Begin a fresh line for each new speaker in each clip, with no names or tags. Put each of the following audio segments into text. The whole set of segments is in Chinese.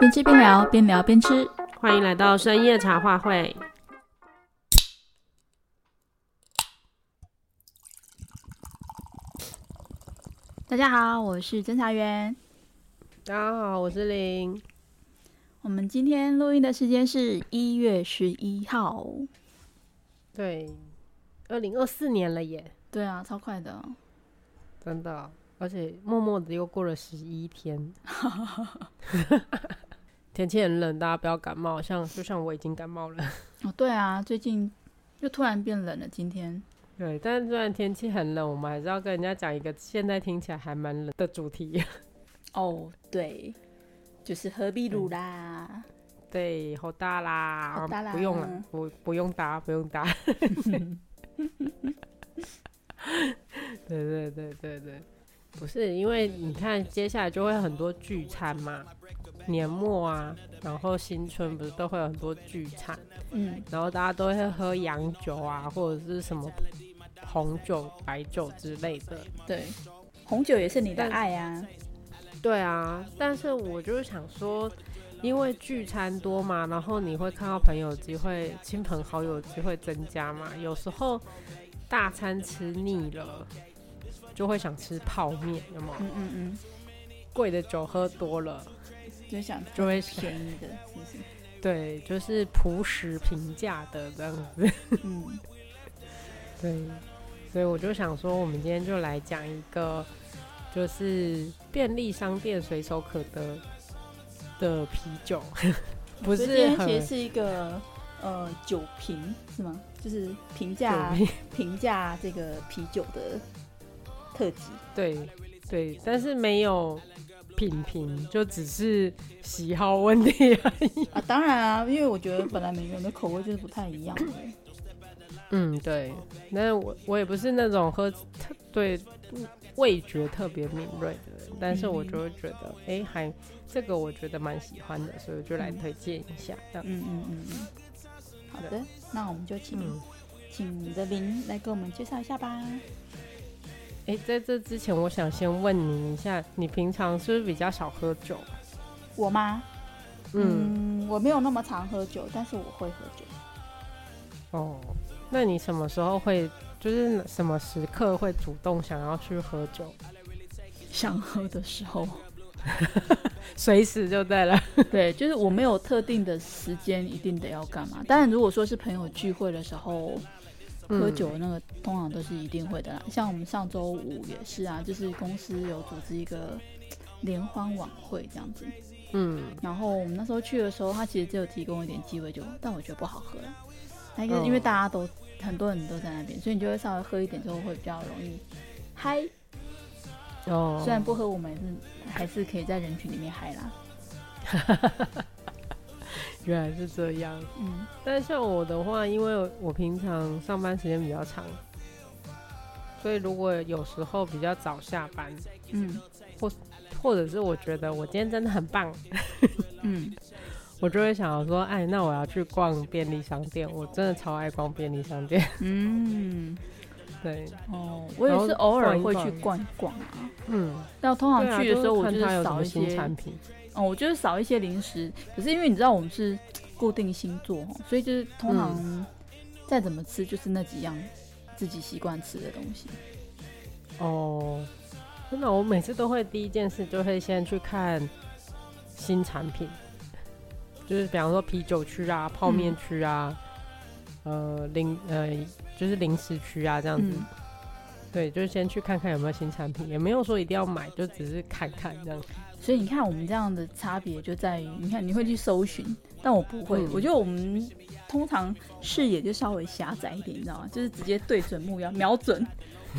边吃边聊，边聊边吃。
欢迎来到深夜茶话会。
大家好，我是侦查员。
大家好，我是林。
我们今天录音的时间是一月十一号。
对，二零二四年了耶，
对啊，超快的。
真的，而且默默的又过了十一 天。天气很冷，大家不要感冒，像就像我已经感冒了。
哦，对啊，最近又突然变冷了。今天
对，但是虽然天气很冷，我们还是要跟人家讲一个现在听起来还蛮冷的主题。
哦，对，就是何必鲁啦。
对，好大啦，
好大啦嗯
不用了，不不用打，不用打。对对对对对，不是因为你看，接下来就会很多聚餐嘛，年末啊，然后新春不是都会有很多聚餐，
嗯，
然后大家都会喝洋酒啊，或者是什么红酒、白酒之类的。
对，红酒也是你的
但
爱啊。
对啊，但是我就是想说，因为聚餐多嘛，然后你会看到朋友机会、亲朋好友机会增加嘛，有时候大餐吃腻了，就会想吃泡面，有没有？
嗯嗯嗯，
贵的酒喝多了，
就想
就会
便宜的，是不是？
对，就是朴实平价的这样子。
嗯，
对，所以我就想说，我们今天就来讲一个，就是便利商店随手可得的啤酒， 不
所以今
是
天其
很
实是一个呃酒瓶是吗？就是平价评价这个啤酒的特辑。
对对，但是没有品评，就只是喜好问题而已。
啊，当然啊，因为我觉得本来每个人的口味就是不太一样的。
嗯，对。那我我也不是那种喝特对味觉特别敏锐的人，但是我
嗯
就会觉得，哎、还这个我觉得蛮喜欢的，所以我就来
嗯
推荐一下。这样
嗯嗯嗯嗯。好的，那我们就请、
嗯，
请你的林来给我们介绍一下吧。
哎、在这之前，我想先问你一下，你平常是不是比较少喝酒？啊
我吗？
嗯，
嗯，我没有那么常喝酒，但是我会喝酒。
哦，那你什么时候会，就是什么时刻会主动想要去喝酒？
想喝的时候，
随时就对了。
对，就是我没有特定的时间一定得要干嘛。当然，如果说是朋友聚会的时候，
嗯
喝酒那个通常都是一定会的啦。像我们上周五也是啊，就是公司有组织一个联欢晚会这样子。
嗯，
然后我们那时候去的时候，他其实只有提供一点鸡尾酒，但我觉得不好喝啦。那个
嗯
因为大家都、很多人都在那边，所以你就会稍微喝一点之后会比较容易嗨。
嗯，哦，
虽然不喝，我们还是还是可以在人群里面嗨啦。
原来是这样，
嗯，
但像我的话，因为我平常上班时间比较长，所以如果有时候比较早下班，
嗯
或者是我觉得我今天真的很棒，
嗯，
我就会想要说，哎，那我要去逛便利商店，我真的超爱逛便利商店。
嗯，
对，
哦，我也是偶尔会去逛一逛啊。
嗯，
但通
对啊
常去的时候，我
就
就是
看它
是
有什
扫
么
一
新
些，
产品。
哦，我就是扫一些零食。可是因为你知道我们是固定星座哦，所以就是通
嗯
常再怎么吃，就是那几样自己习惯吃的东西。
哦，真的，我每次都会第一件事就会先去看新产品，就是比方说啤酒区啊、泡面区啊、呃零呃就是零食区啊这样子。
嗯
对，就是先去看看有没有新产品，也没有说一定要买，就只是看看这样。
所以你看我们这样的差别就在于，你看你会去搜寻，但我不会。
嗯
我觉得我们通常视野就稍微狭窄一点，你知道吗？就是直接对准目标，瞄准，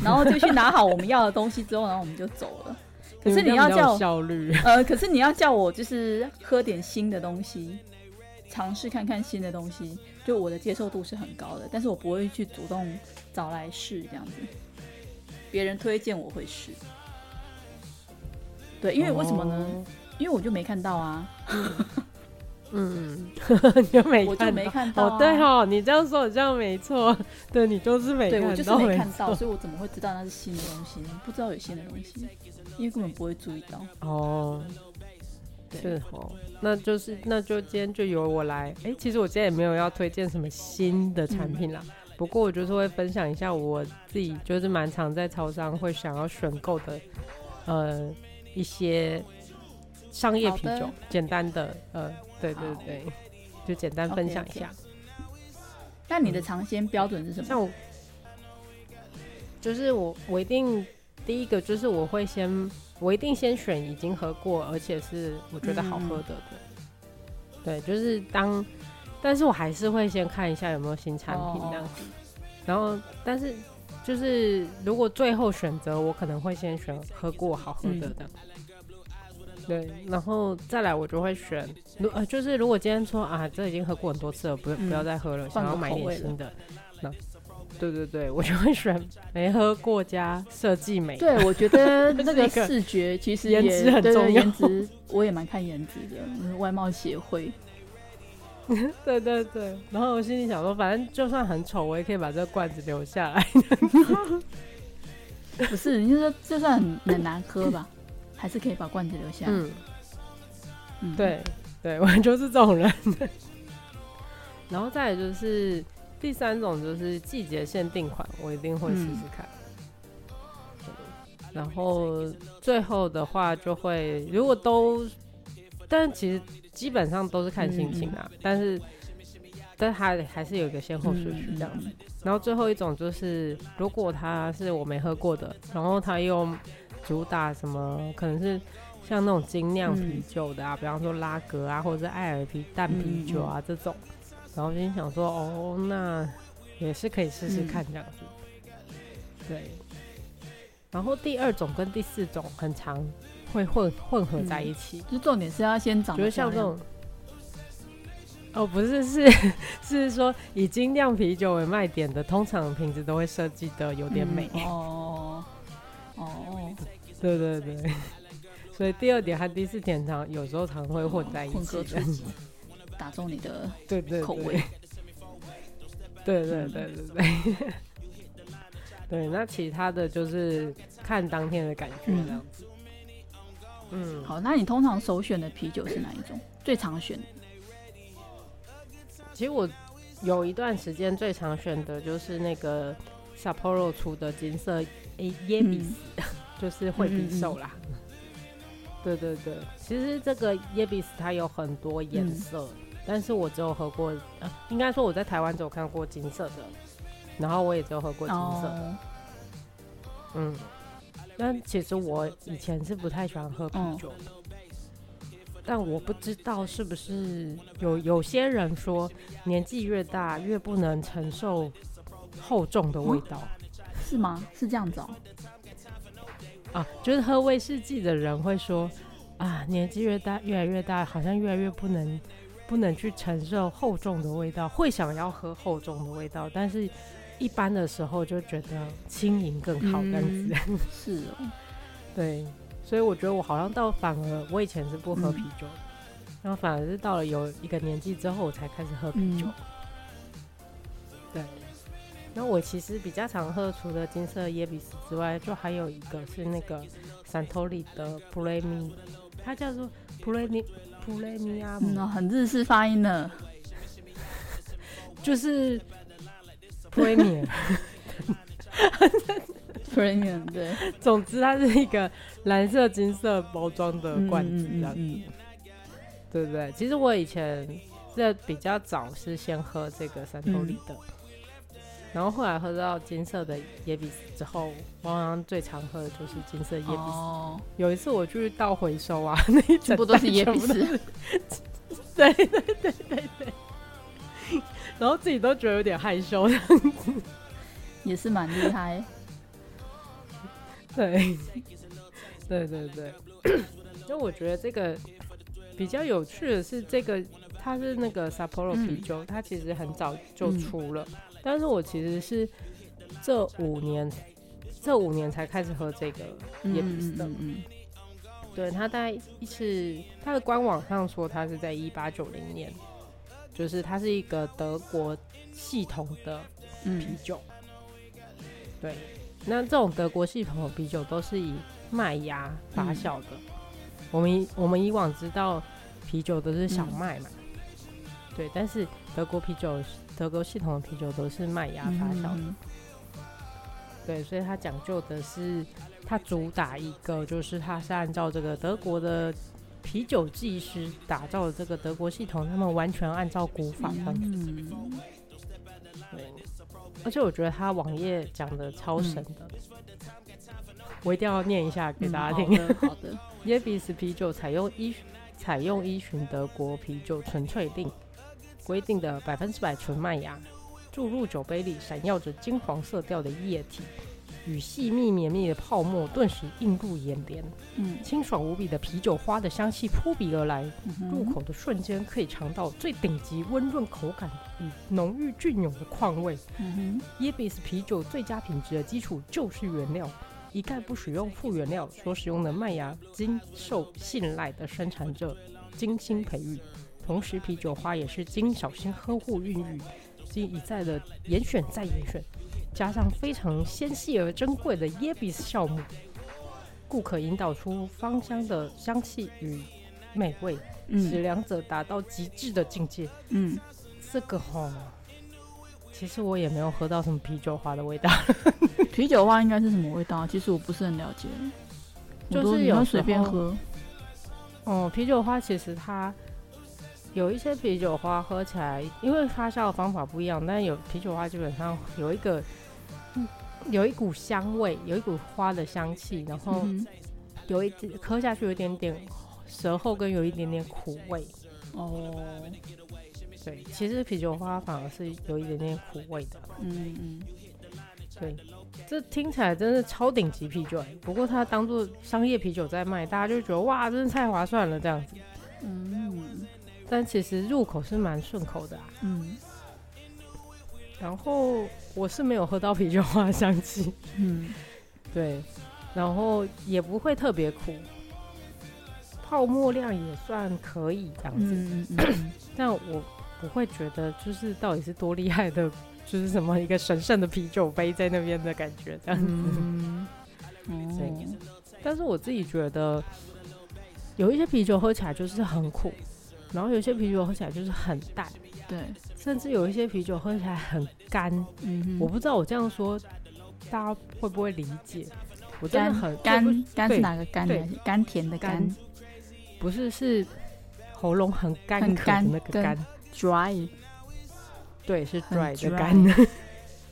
然后就去拿好我们要的东西之后，然后我们就走了。可是
你
你
们
要
这样
叫
比较有效率，
呃，可是你要叫我就是喝点新的东西，尝试看看新的东西，就我的接受度是很高的，但是我不会去主动找来试这样子。别人推荐我会试，对， 因为为什么呢？
哦？
因为我就没看到啊，
嗯， 你就没
我
看
就没
到
看到、啊
哦，对，哦，你这样说好像没错，对你就是没
对
看到，欸
我就是没看
没
到，
错
所以我怎么会知道那是新的东西呢？不知道有新的东西，因为根本不会注意到。
哦，
对，
是哦，那就是那就今天就由我来。哎、其实我今天也没有要推荐什么新的产品啦，不过我就是会分享一下我自己就是蛮常在超商会想要选购的，呃，一些商业啤酒
好的，
简单的，呃，对对
好
对，就简单分享一
OK，OK
下。
那你的尝鲜标准是什么？
像我，就是我，我一定第一个就是我会先，我一定先选已经喝过，而且是我觉得好喝的。
嗯
对，就是当，但是我还是会先看一下有没有新产品这样子。
哦
然后，但是就是如果最后选择，我可能会先选喝过好喝
嗯
的这样。对，然后再来我就会选，如呃，就是如果今天说啊，这已经喝过很多次了，不、
嗯
不要再喝了，
换
想
个
要买一
口味
点
了
新的，那对对对，我就会选没喝过加设计美，
对，我觉 得
这
那
哎是
个
一个
视觉其实也
颜值很
对
重
对
要
颜值我也蛮看颜值的，嗯外貌协会。
对对对。然后我心里想说，反正就算很丑，我也可以把这个罐子留下来。
不是，你说就算很很难喝吧，还是可以把罐子留下。嗯，
嗯，对对， 我就是这种人。然后再来就是第三种，就是季节限定款，我一定会试试看。对然后最后的话就会，如果都，但其实基本上都是看心情啊。但是，但还还是有一个先后顺序这样子。
嗯
然后最后一种就是，如果它是我没喝过的，然后它又主打什么，可能是像那种精酿啤酒的啊，比方说拉格啊，或者是艾尔啤淡啤酒啊、这种。然后我心想说，哦，那也是可以试试看这样子。对。然后第二种跟第四种很常会混混合在一起，
嗯就重点是要先长
觉
得
得像这
漂亮
种，哦，不是，是 是说以精酿啤酒为卖点的，通常瓶子都会设计的有点美。
嗯哦 哦，
对对对，所以第二点和第四点常有时候常会混在一
混
起
合
这
在
样
一。起，打中你的
对对
口
对
味。
对对对对对。 对，那其他的就是看当天的感觉这
嗯
样子。嗯，
好，那你通常首选的啤酒是哪一种？最常选的？
其实我有一段时间最常选的就是那个 Sapporo 出的金色诶耶比斯， 就是惠比寿啦。对对对，其实这个耶比斯它有很多颜色，但是我只有喝过，呃应该说我在台湾只有看过金色的，然后我也只有喝过金色的。
哦，
嗯，但其实我以前是不太喜欢喝啤酒的，但我不知道是不是有有些人说年纪越大越不能承受厚重的味道、
是吗？是这样子哦。
啊，就是喝威士忌的人会说啊，年纪越大越来越大，好像越来越不能不能去承受厚重的味道，会想要喝厚重的味道，但是一般的时候就觉得轻盈更好这样子。
嗯是哦，
对，所以我觉得我好像到反而我以前是不喝啤酒的，然后反而是到了有一个年纪之后，我才开始喝啤酒。
嗯
对，那我其实比较常喝，除了金色耶比斯之外，就还有一个是那个闪托里的普雷米，它叫做普雷米普雷米亚姆，
嗯，很日式发音呢。
就是普雷米尔。
Premium 对，
总之，它是一个蓝色金色包装的罐子这
嗯
样子。
嗯嗯
对不对？其实我以前这比较早是先喝这个三
嗯
头里的，然后后来喝到金色的耶比斯之后，我好像最常喝的就是金色耶比
嗯
斯。
哦，
有一次我去倒回收啊，那一整
全部都是
袋
椰
全
皮
部都
斯
是，对对对对对，然后自己都觉得有点害羞的，
也是蛮厉害。
对，对对对。 就我觉得这个比较有趣的是，这个它是那个 Sapporo
嗯
啤酒，它其实很早就出了，但是我其实是这五年这五年才开始喝这个。
嗯
也不是
嗯嗯嗯，
对，它在一是它的官网上说它是在一八九零年，就是它是一个德国系统的
嗯
啤酒。对，那这种德国系统的啤酒都是以麦芽发酵的，我们以我们以往知道啤酒都是小麦嘛，对，但是德国啤酒德国系统的啤酒都是麦芽发酵的，
嗯
对，所以它讲究的是它主打一个就是它是按照这个德国的。啤酒技师打造的这个德国系统，他们完全按照古法这样子
嗯，
对，而且我觉得他网页讲的超神的，我一定要念一下给大家听。
嗯好的，好的，
耶比斯啤酒采用依采用依循德国啤酒纯粹定规定的百分之百纯麦芽，注入酒杯里闪耀着金黄色调的液体，与细密绵密的泡沫顿时映入眼帘，
嗯
清爽无比的啤酒花的香气扑鼻而来，
嗯哼
入口的瞬间可以尝到最顶级温润口感与浓郁隽永的矿味。
嗯
耶比斯啤酒最佳品质的基础就是原料，一概不使用副原料，所使用的麦芽经受信赖的生产者精心培育，同时啤酒花也是经小心呵护孕育，经一再的严选再严选，加上非常纤细而珍贵的耶比斯酵母，故可引导出芳香的香气与美味，
哼，
使两者达到极致的境界。
嗯嗯，
这个吼，其实我也没有喝到什么啤酒花的味道，
啤酒花应该是什么味道？其实我不是很了解，
就是
我都
有
你都
时
随便
候
喝，
哦，啤酒花其实它有一些啤酒花喝起来，因为发酵的方法不一样，但有啤酒花基本上有一个，嗯有一股香味，有一股花的香气，然后
嗯
有一点喝下去有一点点舌后跟有一点点苦味。
哼哦，
对，其实啤酒花反而是有一点点苦味的。
嗯嗯，
对，这听起来真是超顶级啤酒欸。不过它当做商业啤酒在卖，大家就觉得哇，真是太划算了这样子。
嗯
但其实入口是蛮顺口的、啊。
嗯
然后我是没有喝到啤酒花的香气，
嗯
对，然后也不会特别苦，泡沫量也算可以这样子。
嗯嗯嗯，
但我不会觉得就是到底是多厉害的，就是什么一个神圣的啤酒杯在那边的感觉这样子。
嗯
对
哦，
但是我自己觉得，有一些啤酒喝起来就是很苦，然后有一些啤酒喝起来就是很淡，
对，
甚至有一些啤酒喝起来很干。
嗯哼，
我不知道我这样说，大家会不会理解？我真的
甘
很
甘甘
对
是哪个甘
对
呢？甘甜的甘
甘不是是喉咙很干
很
渴的
干
那个
跟
干，
，dry
对，是
很
dry 的
dry
干，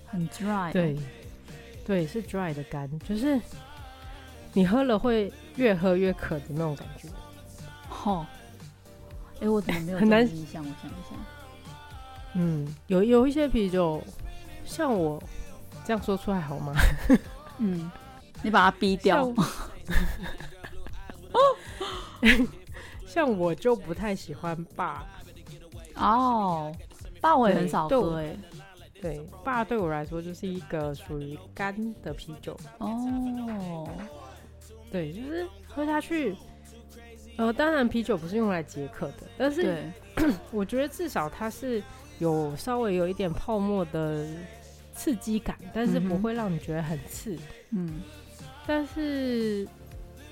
很 dry，
对，对，是 dry 的干，就是你喝了会越喝越渴的那种感觉。
吼，哎、我怎么 没有
很
这
难
个印象？我想一下，
嗯，有有一些啤酒，像我这样说出来好吗？
嗯，你把它逼掉
像， 像我就不太喜欢爸，
哦，爸我也很
对
少
对
喝、哎，
对爸对我来说就是一个属于干的啤酒，
哦，
对，就是喝下去。呃，当然啤酒不是用来解渴的，但是
对，
我觉得至少它是有稍微有一点泡沫的刺激感，但是
嗯
不
哼
会让你觉得很刺。
嗯，
但是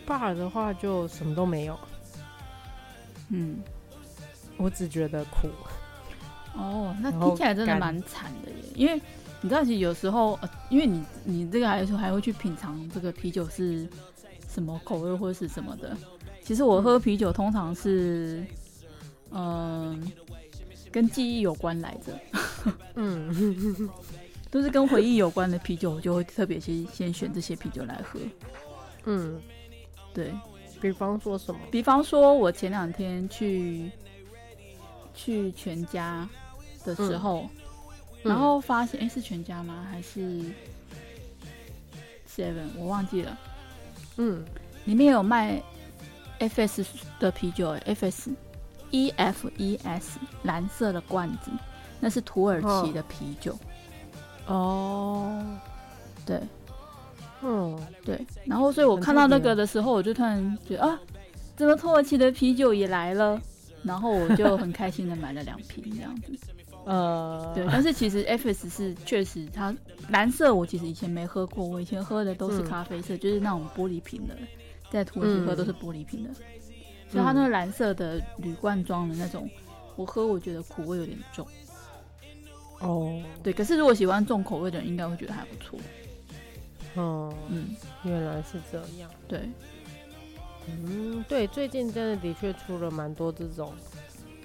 bar 的话就什么都没有，
嗯，
我只觉得苦。
哦，那
然后
听起来真的
干
蛮惨的耶，因为你知道，其实有时候，呃、因为你你这个还有时候还会去品尝这个啤酒是什么口味或是什么的。其实我
嗯
喝啤酒通常是，嗯、跟记忆有关来着，
嗯。
都是跟回忆有关的啤酒，我就会特别先先选这些啤酒来喝。
嗯，
对
比方说什么？
比方说，我前两天去去全家的时候，然后发现，哎、是全家吗？还是 Seven？我忘记了。
嗯，
里面有卖 FS 的啤酒、诶 f s E F E S 蓝色的罐子，那是土耳其的啤酒。
哦，
对
嗯，
对。然后，所以我
很
看到
特别
那个的时候，我就突然觉得啊，怎么土耳其的啤酒也来了？然后我就很开心的买了两瓶这样子。
呃，
对，但是其实 FS 是确实它蓝色，我其实以前没喝过，我以前喝的都是
嗯
咖啡色，就是那种玻璃瓶的，在土耳其喝
嗯
都是玻璃瓶的。所以它那个蓝色的铝罐装的那种，我喝我觉得苦味有点重。
哦，
对，可是如果喜欢重口味的人，应该会觉得还不错。
哦，
嗯，
原来是这样。
对，
嗯，对，最近真的的确出了蛮多这种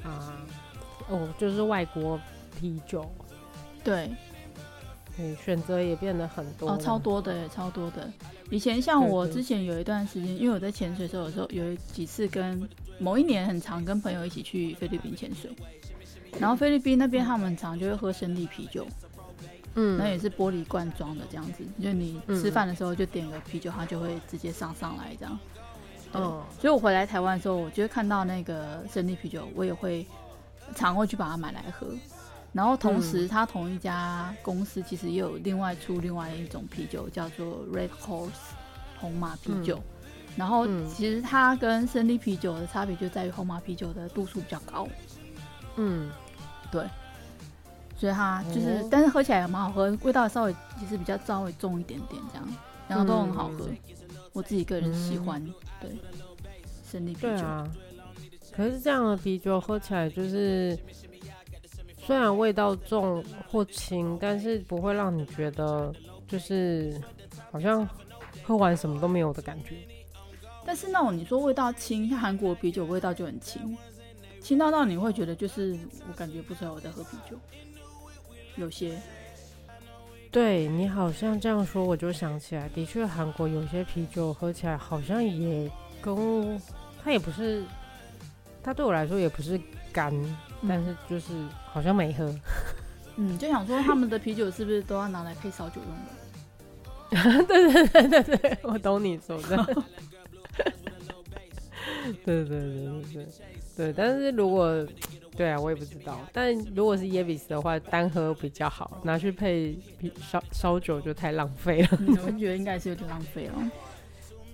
啊，哦，就是外国啤酒，
对，
嗯，选择也变得很多
哦，超
了。
多的耶，超多的。以前像我
对对
之前有一段时间，因为我在潜水的时候，有时候有几次跟某一年很常跟朋友一起去菲律宾潜水，然后菲律宾那边他们常就会喝生力啤酒，然后
嗯，
也是玻璃罐装的这样子，就你吃
嗯
饭的时候就点个啤酒，它就会直接上上来这样。
哦，
所以我回来台湾的时候，我就会看到那个生力啤酒，我也会常会去把它买来喝。然后
嗯
同时，它同一家公司其实也有另外出另外一种啤酒，叫做 Red Horse 红马啤酒。然后
嗯
其实它跟生力啤酒的差别就在于红马啤酒的度数比较高，
嗯，
所以它就是，
哦
但是喝起来也蛮好喝，味道稍微其实比较稍微重一点点这样，然后都很好喝。
嗯
我自己个人喜欢，对生力啤
对
酒，
啊。可是这样的啤酒喝起来就是，虽然味道重或轻，但是不会让你觉得就是好像喝完什么都没有的感觉。
但是那种你说味道轻，像韩国啤酒味道就很轻，轻到到你会觉得就是我感觉不出来我在喝啤酒，有些
对你好像这样说，我就想起来，的确韩国有些啤酒喝起来好像也跟它也不是，它对我来说也不是干，但是就是好像没喝。
嗯，就想说他们的啤酒是不是都要拿来配烧酒用的？
对对对对对， 我懂你说的。 对对对对对对，但是如果对啊，我也不知道。但如果是耶比斯的话，单喝比较好，拿去配啤烧烧酒就太浪费了。
嗯我觉得应该是有点浪费了。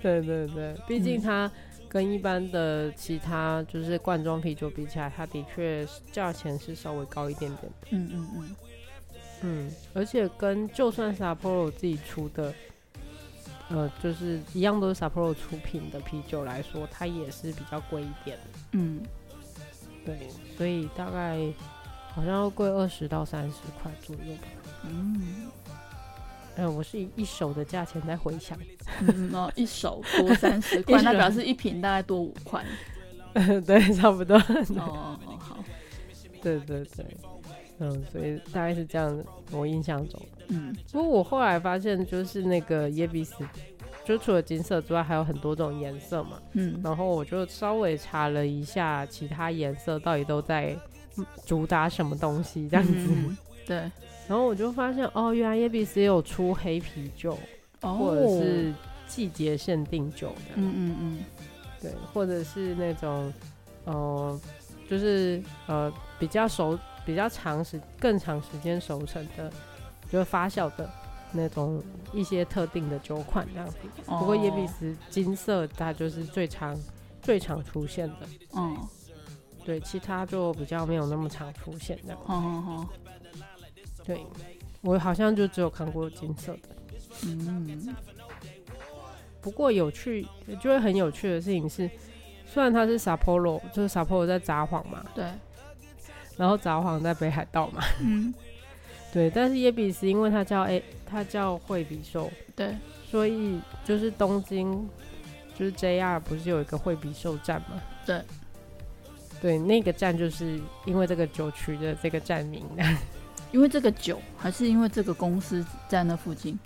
对对对，毕竟它跟一般的其他就是罐装啤酒比起来，它的确是价钱是稍微高一点点的。
嗯嗯嗯，
嗯，而且跟就算是 Sapporo 自己出的，呃，就是一样都是 Sapporo 出品的啤酒来说，它也是比较贵一点。
嗯，
对，所以大概好像要贵二十到三十块左右吧。
嗯
嗯、我是以一手的价钱在回想。
嗯，哦，一手多三十块，
一手
那表示一瓶大概多五块。
对，差不多。
哦 哦哦，好，
对对对，嗯，所以大概是这样，我印象中。
嗯
不过我后来发现，就是那个耶比斯，就除了金色之外，还有很多种颜色嘛。
嗯
然后我就稍微查了一下，其他颜色到底都在嗯主打什么东西这样子。
嗯对，
然后我就发现，哦，原来耶比斯也有出黑啤酒，
哦，
或者是季节限定酒的，
嗯嗯嗯，
对，或者是那种，呃，就是呃比较熟、比较长时、更长时间熟成的，就是发酵的那种一些特定的酒款这样子。不过耶比
斯，
斯金色它就是最常、最常出现的，
嗯，
对，其他就比较没有那么常出现这样。
好好好，
对，我好像就只有看过金色的。
嗯
不过有趣，就会很有趣的事情是，虽然它是 Sapporo，就是 Sapporo 在札幌嘛，
对，
然后札幌在北海道嘛，
嗯
对，但是耶比斯因为它叫 A，它叫惠比寿，
对，
所以就是东京，就是 JR 不是有一个惠比寿站嘛？
对，
对，那个站就是因为这个酒取的这个站名的。
因为这个酒，还是因为这个公司在那附近？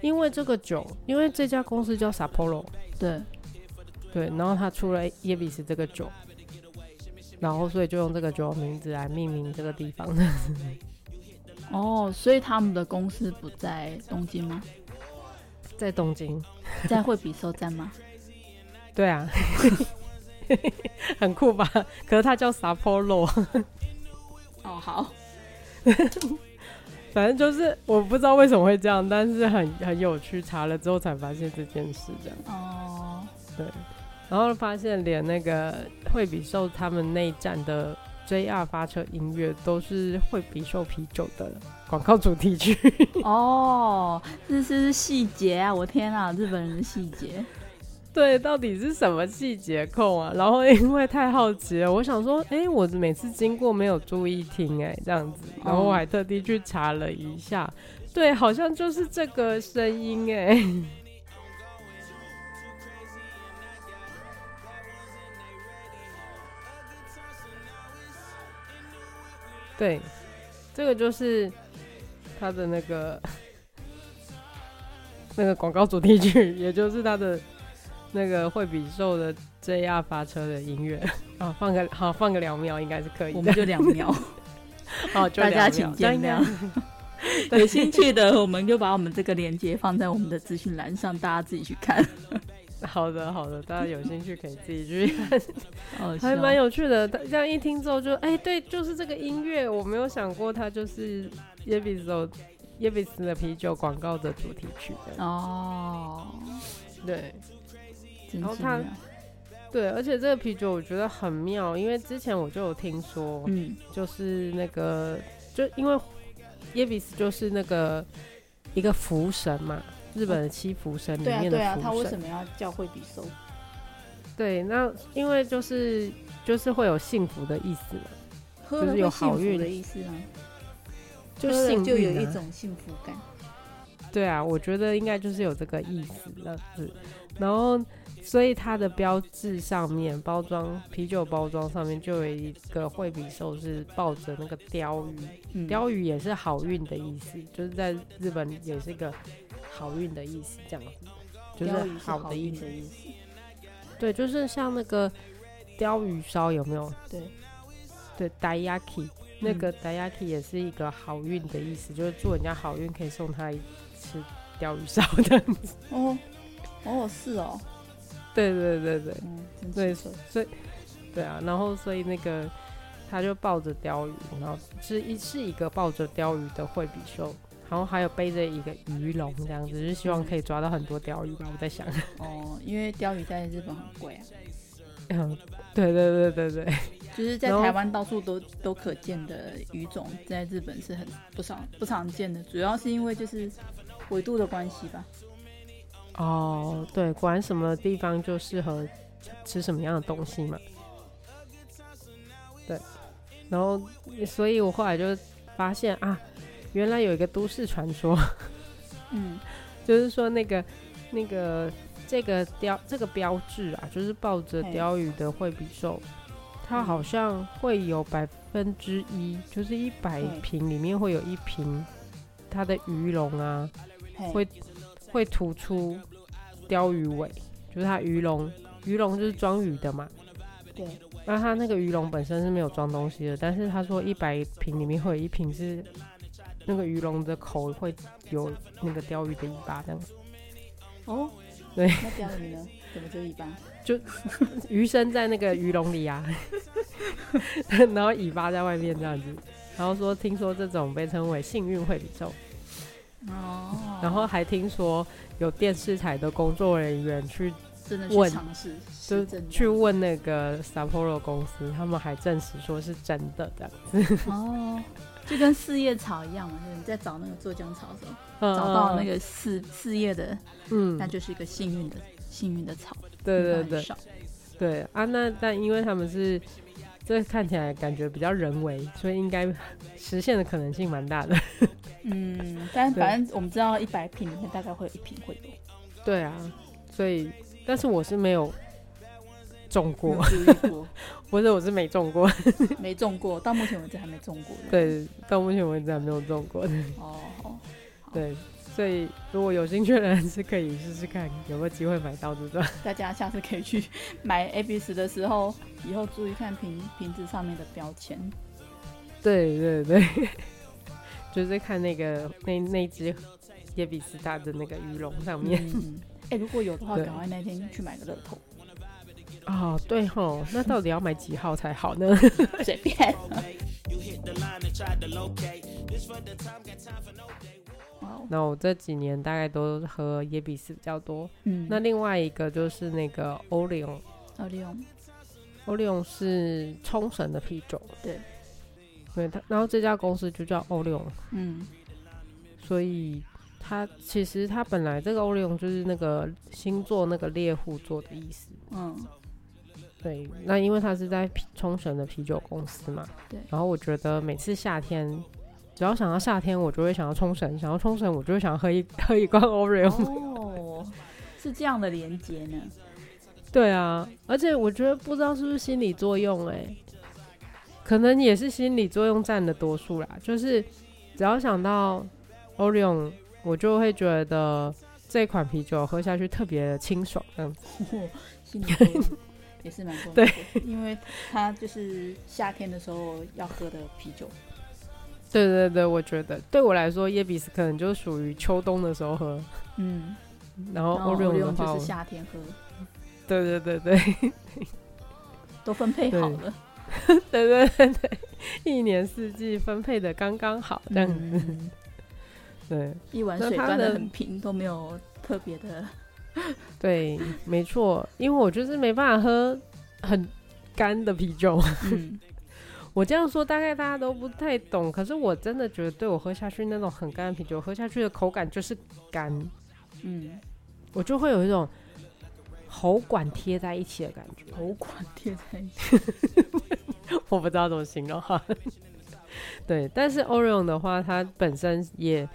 因为这个酒，因为这家公司叫 Sapporo，
对，
对，然后他出了耶比斯这个酒，然后所以就用这个酒的名字来命名这个地方。
哦，所以他们的公司不在东京 吗？
在东京，
在惠比寿站吗？
对啊， 很酷吧？可是它叫 Sapporo，
哦，好，
反正就是我不知道为什么会这样，但是很很有趣。查了之后才发现这件事，这样
哦，
对。然后发现连那个惠比寿他们那一站的 JR 发车音乐都是惠比寿啤酒的广告主题曲。
哦，这是细节啊！我天啊，日本人的细节，
对，到底是什么细节控啊？然后因为太好奇了，我想说，哎、我每次经过没有注意听、哎，这样子，
哦
然后我还特地去查了一下，对，好像就是这个声音、哎， 对，这个就是他的那个 那个广告主题曲， 也就是他的那个惠比寿的 JR 发车的音乐 啊，放个好放个两秒应该是可以
我
的
们，就两秒，
好，哦就
大家
两秒
请见。
这
谅
样应该。
有兴趣的，我们就把我们这个链接放在我们的资讯栏上，大家自己去看。
好的，好的，大家有兴趣可以自己 去看，
哦，
还蛮有趣的。这样一听之后就，哎、对，就是这个音乐，我没有想过它就是耶比斯耶比斯的啤酒广告的主题曲的。
哦，
对
真
然后
是
它
妙
对，而且这个啤酒我觉得很妙，因为之前我就有听说，
嗯
就是那个，就因为耶比斯就是那个一个福神嘛，日本的七福神里
对啊
面的
对啊，他
福
为
神
什。么要叫惠比寿？
对，那因为就是就是会有幸福的意思嘛，
喝了
就是有
会幸
好
福
运
的意思啊，
就
喝
幸运、
了
啊、
就有一种幸福感。
对啊，我觉得应该就是有这个意思这样子。然后，所以它的标志上面，包装啤酒包装上面就有一个惠比寿是抱着那个鲷鱼，
嗯，
鲷鱼也是好运的意思，就是在日本也是一个好运的意思，这样子，就
鲷鱼是
好的意
运
思
的。意思。
对，就是像那个鲷鱼烧有没有？
对
对，dayaki 那个 dayaki 也是一个好运的意思，就是祝人家好运，可以送他一次鲷鱼烧的。
哦哦是哦，
对对对对
嗯，真
对
是
对啊！然后所以那个他就抱着鲷鱼，然后是一是一个抱着鲷鱼的惠比寿，然后还有背着一个鱼笼这样子，就是希望可以抓到很多鲷鱼吧。我在想，
哦，因为鲷鱼在日本很贵啊，
嗯，对对对对对
就是在
然后
台湾到处都都可见的鱼种，在日本是很不常不常见的，主要是因为就是纬度的关系吧。
哦，对，果然什么地方就适合吃什么样的东西嘛。对，然后所以我后来就发现啊，原来有一个都市传说，
嗯，
就是说那个那个这个雕这个标志啊，就是抱着
嘿
鲷鱼的惠比寿，它
嗯
好像会有百分之一，就是一百
嘿
瓶里面会有一瓶它的鱼笼啊，
嘿
会会突出鲷鱼尾，就是它鱼笼鱼笼就是装鱼的嘛。
对，
那它那个鱼笼本身是没有装东西的，但是他说一百瓶里面会有一瓶是那个鱼笼的口会有那个鲷鱼的尾巴这样子。
哦，
对
那鲷鱼呢？怎么就一般？
鱼身在那个鱼笼里啊， 然后尾巴在外面这样子。然后说，听说这种被称为幸运惠比寿，
哦，
然后还听说有电视台的工作人员去
真的
问
去尝试，
就是
真的
去问那个 Sapporo 公司，他们还证实说是真的这样。
哦，就跟四叶草一样嘛，就是你在找那个做姜草的时候，
嗯
找到那，个四四叶的，
嗯，
那就是一个幸运的幸运的草，
对
因为它
对
很
对
少
对啊，那但因为他们是这看起来感觉比较人为，所以应该实现的可能性蛮 大的。
嗯，但
对
反正我们知道一百瓶里面大概会有一瓶会有，
对啊，所以但是我是没有中过
没， 有注意过，
不是，我是没中过。
没中过，到目前为止还没中过。，
对，到目前为止还没有中过。
哦，好
对，所以如果有兴趣的人是可以试试看有没有机会买到这种。
大家下次可以去买 A B 十的时候，以后注意看瓶瓶子上面的标签。
对对对， 就是看那个那那只耶比斯大的那个鱼笼上面。
嗯，哎、如果有的话，
哦对
赶快那天去买个乐透，
哦，对吼，那到底要买几号才好呢？
随便。哇哦，
那我这几年大概都喝耶比斯比较多。
嗯，
那另外一个就是那个欧利翁，
奥利翁，
欧利翁是冲绳的啤酒。
对，
对它，然后这家公司就叫欧利翁。
嗯，
所以它其实它本来这个欧利龙就是那个星座那个猎户座的意思。
嗯，
对，那因为它是在啤冲绳的啤酒公司嘛，
对
然后我觉得每次夏天，只要想到夏天，我就会想要冲绳，想要冲绳，我就会想喝一 喝一罐 Oreo。
哦，是这样的连接呢。
对啊，而且我觉得不知道是不是心理作用、哎，可能也是心理作用占的多数啦。就是只要想到 Orion，我就会觉得这款啤酒喝下去特别的清爽，这样子。
哦心理作用也是蛮重要的，因为它就是夏天的时候要喝的啤酒。
对对对，我觉得对我来说，耶比斯可能就属于秋冬的时候喝，
嗯，
然后
然后
Orion 哦的
Orion
话
就
我，
是夏天喝，
对对对对
都分配好了，
对对对对，一年四季分配的刚刚好，这样子。
嗯嗯
对
一碗
那
水
它
端的
的
很平，都没有特别的。
对，没错，因为我就是没办法喝很干的啤酒。
嗯，
我这样说大概大家都不太懂，可是我真的觉得，对我喝下去那种很干的啤酒，喝下去的口感就是干，
嗯，
我就会有一种喉管贴在一起的感觉。
喉管贴在一起，
我不知道怎么形容哈。 对，但是 Orion 的话，它本身也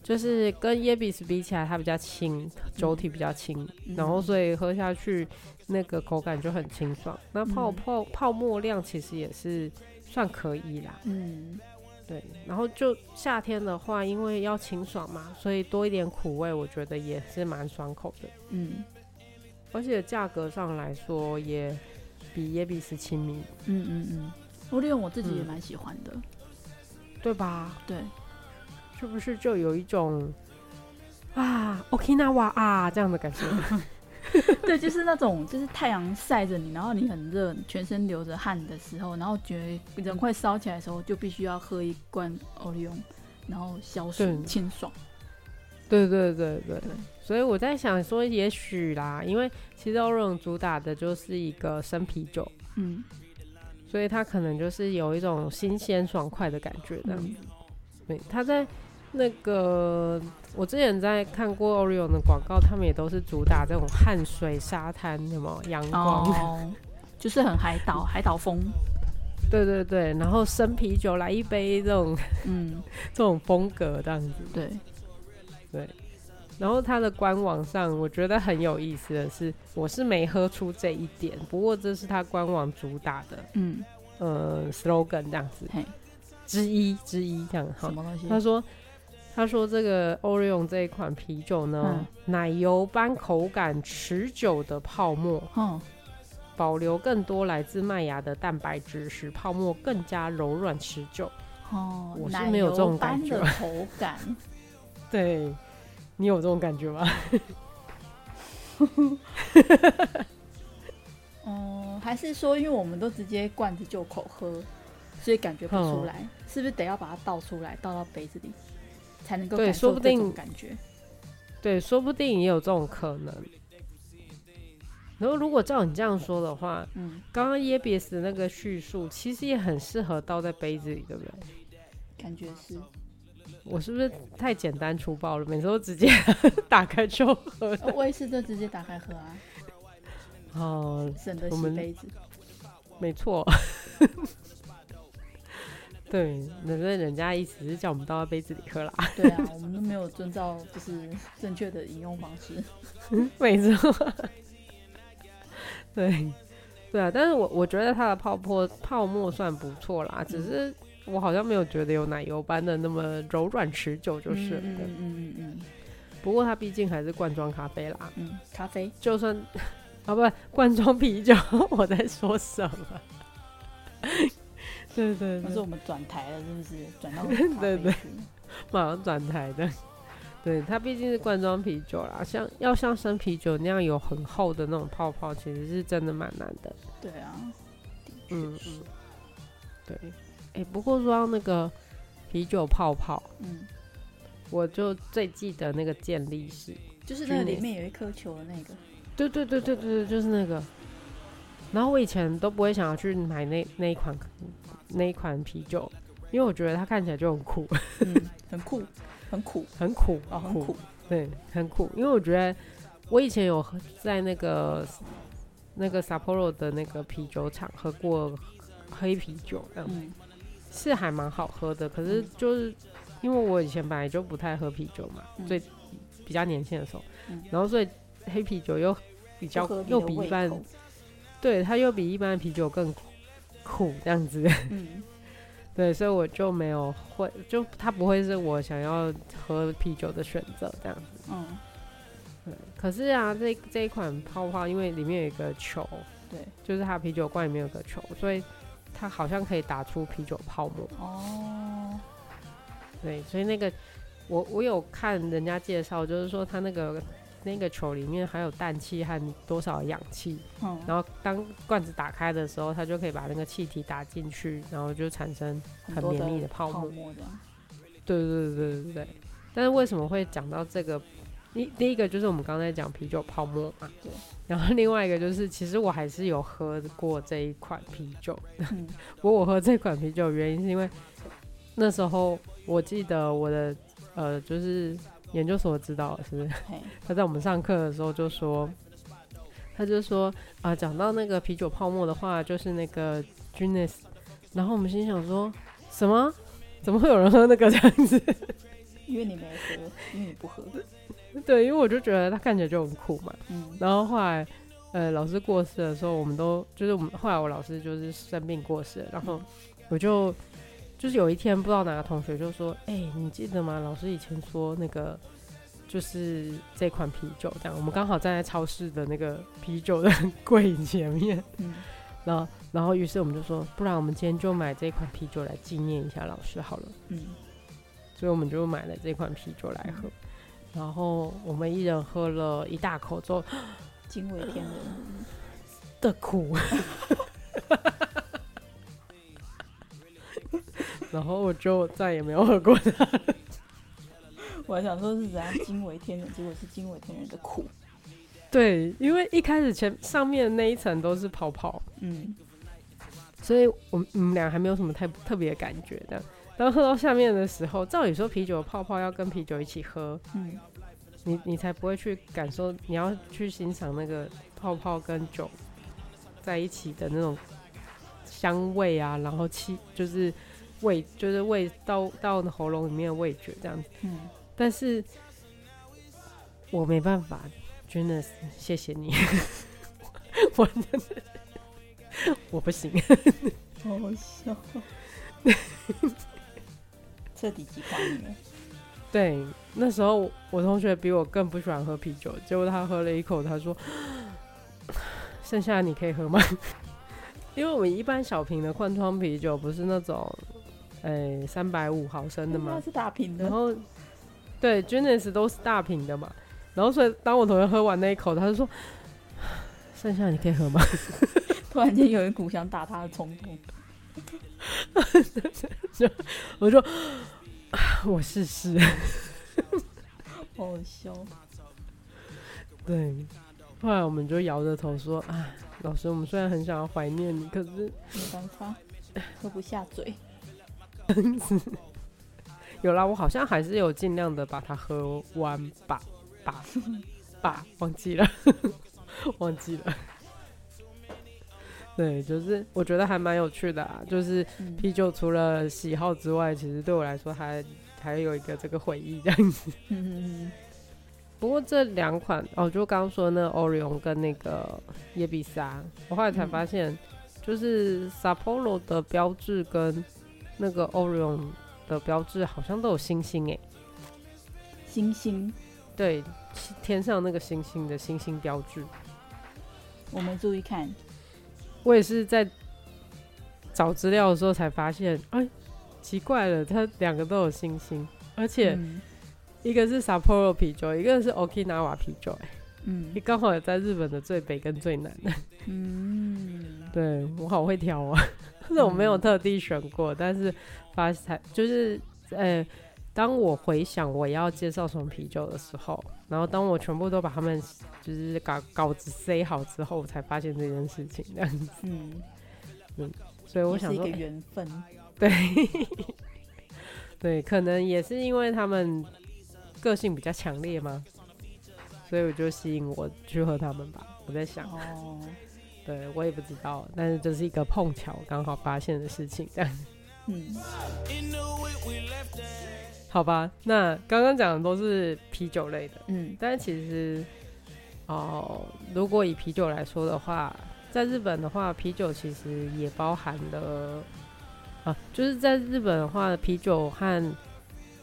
就是跟耶比斯比起来，它比较轻，酒体比较轻，
嗯
然后所以喝下去那个口感就很清爽。那泡
嗯
泡泡沫量其实也是算可以啦，
嗯
对。然后就夏天的话，因为要清爽嘛，所以多一点苦味，我觉得也是蛮爽口的，
嗯
而且价格上来说也比耶比斯亲民，
嗯嗯嗯，欧利用我自己也
嗯
蛮喜欢的，
对吧？
对，
是不是就有一种啊，Okinawa 啊这样的感觉？
对，就是那种就是太阳晒着你，然后你很热，全身流着汗的时候，然后觉得人快烧起来的时候，就必须要喝一罐欧利用，然后消暑
对
清爽。
对对对对
对
所以我在想说，也许啦，因为其实 Oron 主打的就是一个生啤酒，
嗯，
所以它可能就是有一种新鲜爽快的感觉这样子。对，它在那个我之前在看过 Orion 的广告，他们也都是主打这种汗水、沙滩，什么阳光。
哦，就是很海岛海岛风，
对对对，然后生啤酒来一杯这种
嗯，
这种风格这样子。
对，
然后它的官网上，我觉得很有意思的是，我是没喝出这一点，不过这是它官网主打的
嗯，
呃 slogan 这样子
嘿，
之一之一这样
什
哈。
么东西？
他说，他说这个 Orion 这一款啤酒呢，奶油般口感持久的泡沫，
嗯，
保留更多来自麦芽的蛋白质，使泡沫更加柔软持久。
哦，
我是
奶
没有
油
这种感
般
觉
的口感，
对你有这种感觉吗？
哦，还是说因为我们都直接灌着就口喝，所以感觉不
哦
出来，是不是得要把它倒出来，倒到杯子里，才能够
对
感
说
受
不
这
定
种感觉？
对，说不定也有这种可能。然后，如果照你这样说的话，
嗯，
刚刚耶比斯那个叙述，其实也很适合倒在杯子里，对不对？
感觉是。
我是不是太简单粗暴了？每次都直接 打开就喝。
呃我也是就直接打开喝啊，
哦，
省得
我
洗
们
杯 子。
没错。 对，那那人家意思是叫我们倒在杯子里喝啦。
对啊，我们都没有遵照就是正确的饮用方式。
没错，对，对啊，但是我我觉得它的泡沫泡沫算不错啦，
嗯
只是我好像没有觉得有奶油般的那么柔软持久 就是了。
嗯嗯嗯嗯
不过它毕竟还是罐装咖啡啦，
嗯嗯，咖啡。
就算啊不罐装啤酒， 我在说什么？ 对对
那
对
是，我们转台了，是不是？转到咖
嗯 对
啡
对
去了
马上转台的。对，它毕竟是罐装啤酒啦，像要像生啤酒那样有很厚的那种泡泡，其实是真的蛮难的。
对啊，的确
嗯
是
嗯，对。哎、不过说到那个啤酒泡泡，
嗯，
我就最记得那个健力士。
就是那个
去
里
年
面有一颗球的那个，
对对对对对对，就是那个。然后我以前都不会想要去买那那一款那一款啤酒，因为我觉得它看起来就很酷。
嗯，很酷，很苦
很苦，
哦，很苦，
对，很苦。因为我觉得我以前有喝在那个那个 Sapporo 的那个啤酒厂喝过黑啤酒，这样
嗯
是还蛮好喝的。可是就是因为我以前本来就不太喝啤酒嘛，
嗯
最比较年轻的时候，
嗯
然后所以黑啤酒又比较
不合你的
又比一
胃
般
口
对它又比一般的啤酒更苦苦这样子。
嗯
对，所以我就没有会，就它不会是我想要喝啤酒的选择这样。
嗯，
可是啊，这这一款泡泡，因为里面有一个球，
对，
就是它啤酒罐里面有个球，所以它好像可以打出啤酒泡沫。
哦，
对，所以那个我我有看人家介绍，就是说它那个那个球里面含有氮气和多少氧气，
嗯，
然后当罐子打开的时候，它就可以把那个气体打进去，然后就产生很
多
绵密
的
的泡沫
沫的，
对对对对对对。但是为什么会讲到这个？第第一个就是我们刚才讲啤酒泡沫嘛，
对。
然后另外一个就是，其实我还是有喝过这一款啤酒，
嗯
不过我喝这款啤酒的原因是因为那时候我记得我的呃，就是研究所指导老师
嘿，
他在我们上课的时候就说，他就说啊，讲到那个啤酒泡沫的话，就是那个 Guinness，然后我们心想说什么？怎么会有人喝那个这样子？
因为你没喝，因为你不喝，
对，因为我就觉得它看起来就很酷嘛。
嗯
然后后来，呃，老师过世的时候，我们都就是我们后来我老师就是生病过世了，然后我就就是有一天不知道哪个同学就说：“哎、你记得吗？老师以前说那个就是这款啤酒这样。”我们刚好站在超市的那个啤酒的 柜前面，
嗯，
然后然后于是我们就说：“不然我们今天就买这款啤酒来纪念一下老师好了。”
嗯
所以我们就买了这款啤酒来喝。然后我们一人喝了一大口之后
惊为天人，啊
的苦， 然后我就再也没有喝过 它。
我还想说是怎样惊为天人，结果是惊为天人的苦，
对，因为一开始前上面那一层都是泡泡，
嗯
所以我们我们俩还没有什么太特别的感觉的。当喝到下面的时候，照理说啤酒的泡泡要跟啤酒一起喝，
嗯
你你才不会去感受，你要去欣赏那个泡泡跟酒在一起的那种香味啊，然后气就是味就是味到到喉咙里面的味觉这样子。
嗯，
但是我没办法，Junas，谢谢你， 我真的我不行。
好好笑，彻底击垮你了，
对，那时候我同学比我更不喜欢喝啤酒，结果他喝了一口，他说：“ 剩下你可以喝吗？” 因为我们一般小瓶的罐装啤酒不是那种，呃，三百五毫升的
那
嘛，
是打平
然
的，
后对 g i n n e s 都是大瓶的嘛，然后所以当我同学喝完那一口，他就说：“ 剩下你可以喝吗
突然间有一股想打他的冲动，？”
我说：“ 我试试。”
好好笑，
对，后来我们就摇着头说：“啊，老师，我们虽然很想要怀念你，可是
没办法，喝不下嘴，
有啦，我好像还是有尽量的把它喝完吧，吧吧，忘记了， 忘记了。 对，就是我觉得还蛮有趣的啊。就是
嗯
啤酒除了喜好之外，其实对我来说还还有一个这个回忆这样 子。
嗯嗯嗯
不过这两款哦，就刚刚说那 Orion 跟那个耶比沙，我后来才
嗯
发现，就是 Sapporo 的标志跟那个 Orion 的标志好像都有星星欸诶、
嗯，星星，
对，西天上那个星星的星星标志，
我们注意看，
我也是在找资料的时候才发现，哎，奇怪了，它两个都有星星，而且
嗯
一个是 Sapporo 啤酒，一个是 Okinawa 啤酒、哎，你
嗯
刚好也在日本的最北跟最南。
嗯，
对我好会挑 啊，但是我没有特地选过，但是发才就是呃，当我回想我要介绍什么啤酒的时候，然后当我全部都把他们就是稿稿子塞好之后，我才发现这件事情这样子，
嗯，
所以我
也
想
是一
说，
个
哎
缘分，
对对，可能也是因为他们个性比较强烈吗？所以我就吸引我去和他们吧。我在想，
哦，
对我也不知道，但是这是一个碰巧刚好发现的事情，这样
嗯，
好吧？那刚刚讲的都是啤酒类的，
嗯，
但是其实哦，如果以啤酒来说的话，在日本的话，啤酒其实也包含了啊，就是在日本的话，啤酒和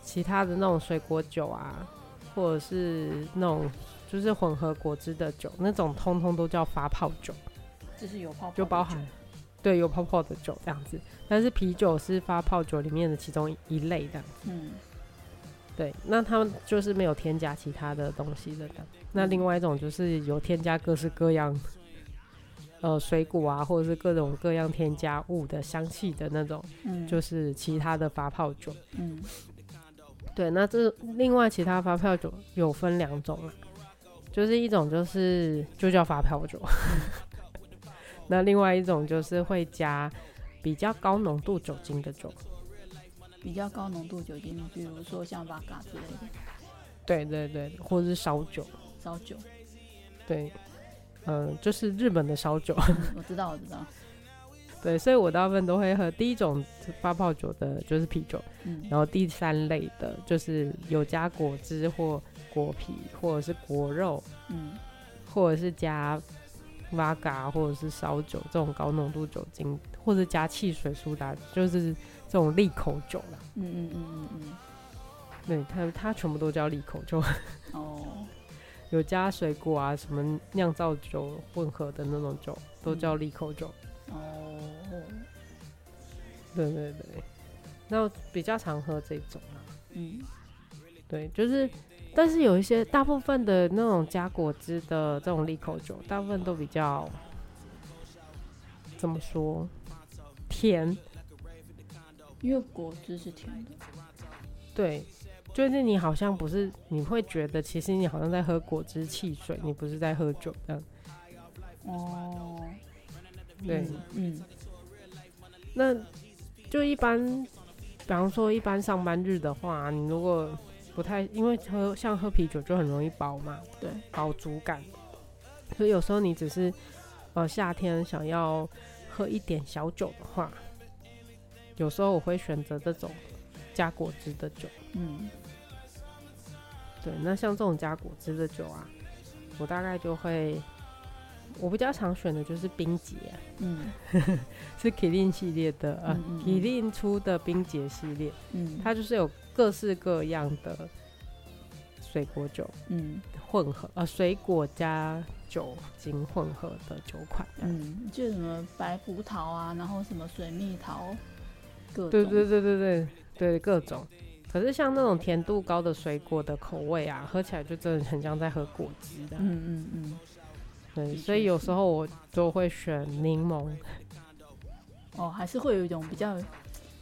其他的那种水果酒啊，或者是那种就是混合果汁的酒，那种通通都叫发泡酒。
就是有泡泡的
就包含对有泡泡的酒这样子，但是啤酒是发泡酒里面的其中一类的。
酒，嗯，
对，那他们就是没有添加其他的东西的这样。那另外一种就是有添加各式各样，呃，水果啊，或者是各种各样添加物的香气的那种，
嗯，
就是其他的发泡酒。
嗯
对，那这另外其他发票酒有分两种啦，就是一种就是就叫发票酒， 那另外一种就是会加比较高浓度酒精的酒。
比较高浓度酒精，比如说像 v 嘎之类的
对对对，或者是烧酒。
烧 酒，
对，嗯、就是日本的烧酒。
嗯我知道，我知道，
对，所以我大部分都会喝第一种发泡酒的，就是啤酒，
嗯
然后第三类的就是有加果汁或果皮或者是果肉，
嗯
或者是加 v o d a 或者是烧酒这种高浓度酒精，或者加汽水苏打，就是这种利口酒啦。
嗯嗯嗯嗯
对，它它全部都叫利口酒，
嗯，哦，
有加水果啊，什么酿造酒混合的那种酒，都叫利口酒。
哦，
对对对，那我比较常喝这种啦。
嗯
对，就是，但是有一些大部分的那种加果汁的这种利口酒，大部分都比较怎么说甜，
因为果汁是甜的，
对，就是你好像不是，你会觉得其实你好像在喝果汁汽水，你不是在喝酒这样。
哦，
对，
嗯，
那就一般，比方说一般上班日的话，你如果不太因为喝像喝啤酒就很容易饱嘛，
对，
饱足感，所以有时候你只是呃夏天想要喝一点小酒的话，有时候我会选择这种加果汁的酒。
嗯
对，那像这种加果汁的酒啊，我大概就会，我比较常选的就是冰姐，
嗯
是 Kirin 系列的，呃
嗯嗯嗯
Kirin 出的冰姐系列，
嗯，
它就是有各式各样的水果酒
嗯
混合，呃，水果加酒精混合的酒款。
嗯，就什么白葡萄啊，然后什么水蜜桃，各种，
对对对对对对，各种。可是像那种甜度高的水果的口味啊，喝起来就真的很像在喝果汁的。
嗯嗯嗯，
对，
的
所
确
以有
是
时候我就会选柠檬。
哦，还是会有一种比较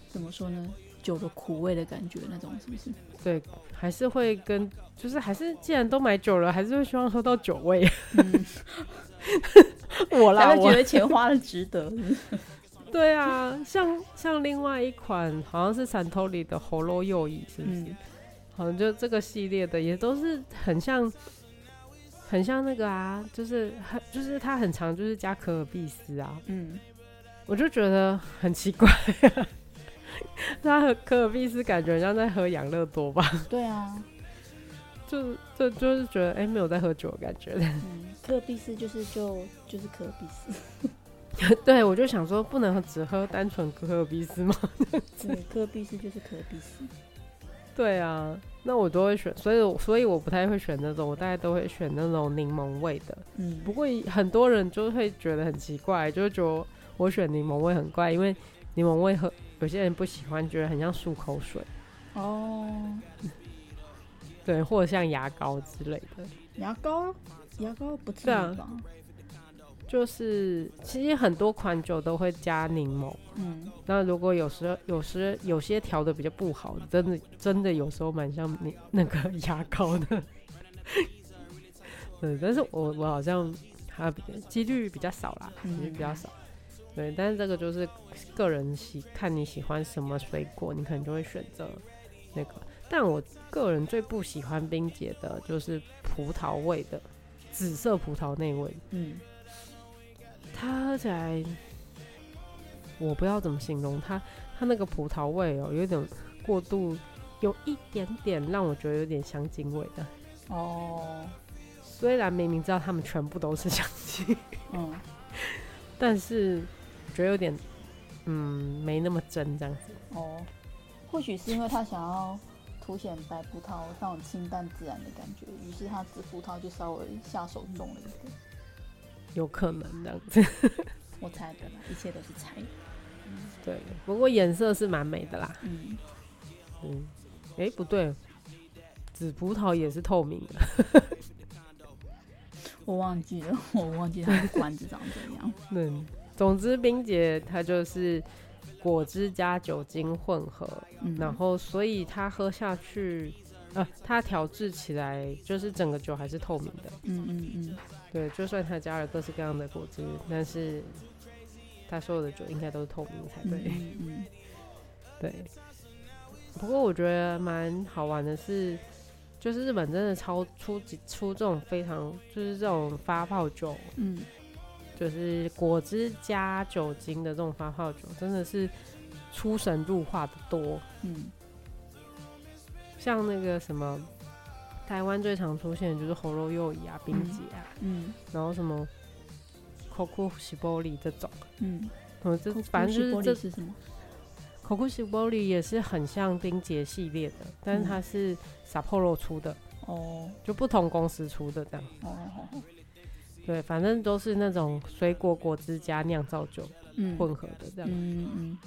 怎么说呢，酒的苦味的感觉那种，是不是？
对，还是会跟，就是还是既然都买酒了，还是会希望喝到酒 味。
嗯，
我
才会
啦，
觉
我
得钱花的值得。
对啊，像像另外一款好像是闪头里的喉咙右翼，是不是？
嗯
好哦像就这个系列的也都是很像，很像那个啊，就是很就是它很常就是加可尔必斯啊，
嗯
我就觉得很奇怪、 它和可尔必斯感觉很像在喝养乐多吧，
对啊，
就就就是觉得哎、没有在喝酒的感觉。
嗯，可比斯就是就就是可比斯，
对，我就想说，不能只喝单纯可尔必斯吗？
对，可比斯就是可比斯。
对啊，那我都会选，所以我所以我不太会选那种，我大概都会选那种柠檬味的。
嗯，
不过很多人就会觉得很奇怪，就会觉得我选柠檬味很怪，因为柠檬味喝有些人不喜欢，觉得很像漱口水，
哦，
对，或者像牙膏之类的。
牙膏，牙膏不至
对啊
于吧？
就是其实很多款酒都会加柠檬，
嗯，
那如果有时候有时有些调的比较不好，真的真的有时候蛮像你那个牙膏的。 对，但是我我好像还比几率比较少啦，
嗯
几率比较少。对，但是这个就是个人喜看你喜欢什么水果，你可能就会选择那个。但我个人最不喜欢冰姐的就是葡萄味的，紫色葡萄那味，
嗯，
它喝起来，我不知道怎么形容它，它那个葡萄味哦，有点过度，有一点点让我觉得有点香精味的。
哦，
虽然明明知道它们全部都是香精，
嗯，
但是我觉得有点，嗯，没那么真这样子。
哦，或许是因为他想要凸显白葡萄那种清淡自然的感觉，于是他紫葡萄就稍微下手重了一点。
有可能这样子，
我猜的啦，一切都是猜。
对。不过颜色是蛮美的啦，
嗯，
嗯，诶，不对，紫葡萄也是透明的，
我忘记了，我忘记它的罐子长怎 样。
嗯。总之，冰姐它就是果汁加酒精混合，
嗯，
然后所以它喝下去，呃，它调制起来就是整个酒还是透明的。
嗯嗯嗯，
对，就算它加了各式各样的果汁，但是它所有的酒应该都是透明才
嗯
对。
嗯嗯，
对。不过我觉得蛮好玩的是，就是日本真的超出出这种非常就是这种发泡酒，
嗯，
就是果汁加酒精的这种发泡酒，真的是出神入化的多。
嗯，
像那个什么，台湾最常出现的就是红肉柚乙啊、冰姐啊，
嗯，
然后什么 Coco s h i b o r i 这种，
嗯，
我这反正
玻
就是这
璃是什么？
Coco s h i b o r i 也是很像冰姐系列的，但是它
嗯
是 Sapporo 出的，
哦
就不同公司出的这样。
哦哦，哦
对，反正都是那种水果果汁加酿造酒
嗯，
混合的这样。
嗯嗯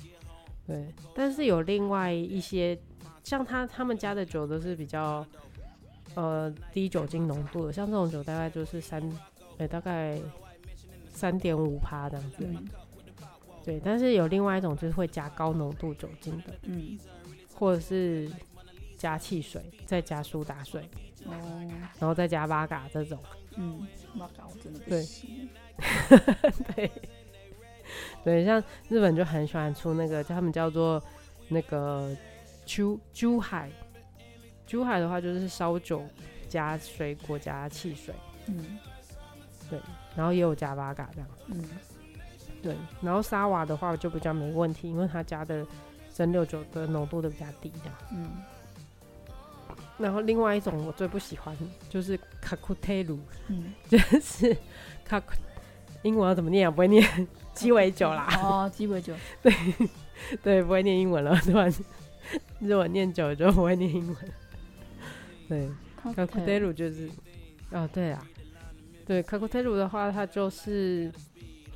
对，但是有另外一些，像他他们家的酒都是比较呃低酒精浓度的，像这种酒大概就是三，呃、大概三点五趴这样子。
嗯
对，但是有另外一种就是会加高浓度酒精的，
嗯，
或者是加汽水，再加苏打水，
哦，
然后再加八嘎这种。
嗯，妈嘎，我真的不
对
行。
对，对，像日本就很喜欢出那个，他们叫做那个珠珠海，珠海的话就是烧酒加水果加汽水，
嗯
然后也有加八嘎这样。
嗯
对，然后沙瓦的话就比较没问题，因为它加的蒸馏酒的浓度都比较低这样。
嗯，
然后另外一种我最不喜欢就是卡库特鲁，
嗯，
就是 卡库，英文要怎么念啊？不会念，鸡尾酒啦。
哦，鸡尾酒，
对，不会念英文了，突然日文念久了就不会念英文。对，卡库特鲁就是，哦，对啊，对卡库特鲁的话，它就是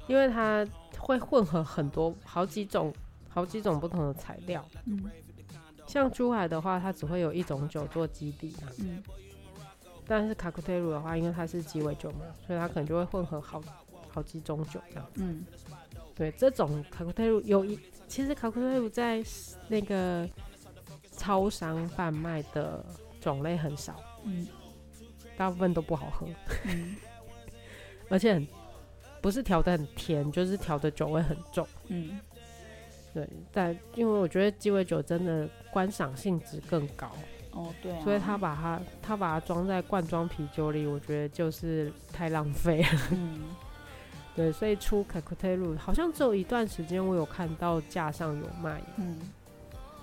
因为它会混合很多好几种、好几种不同的材料。
嗯
像珠海的话，它只会有一种酒做基底嘛，
嗯
但是卡库特鲁的话，因为它是鸡尾酒嘛，所以它可能就会混合好好几种酒这样。
嗯
对，这种卡库特鲁有一，其实卡库特鲁在那个超商贩卖的种类很少，
嗯
大部分都不好喝，
嗯
而且很不是调的很甜，就是调的酒味很重。
嗯
对，但因为我觉得鸡尾酒真的观赏性质更高，
哦，对啊，
所以他把它他把它装在罐装啤酒里，我觉得就是太浪费了。
嗯
对，所以出卡库特鲁好像只有一段时间我有看到架上有卖，
嗯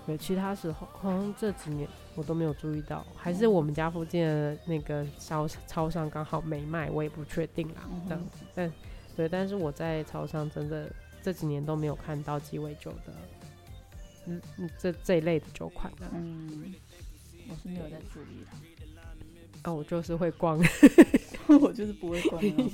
对，其他时候好像这几年我都没有注意到，还
嗯
是我们家附近的那个超超商刚好没卖，我也不确定啦。
嗯哼
这样子，但对，但是我在超商真的这几年都没有看到鸡尾酒的，嗯嗯，这这一类的酒款的、
嗯，我是没有在注意啦，
啊，我就是会逛，
我就是不会 关那种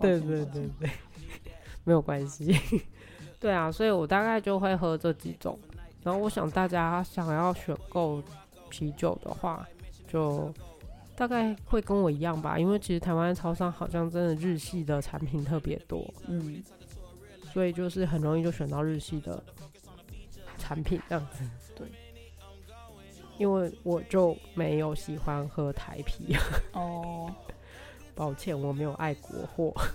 对对对，对， 没有关系。 对啊，所以我大概就会喝这几种。然后我想大家想要选购啤酒的话，就大概会跟我一样吧，因为其实台湾超商好像真的日系的产品特别多，
嗯
所以就是很容易就选到日系的产品这样子。
对，
因为我就没有喜欢喝台啤，
哦，
抱歉，我没有爱国货。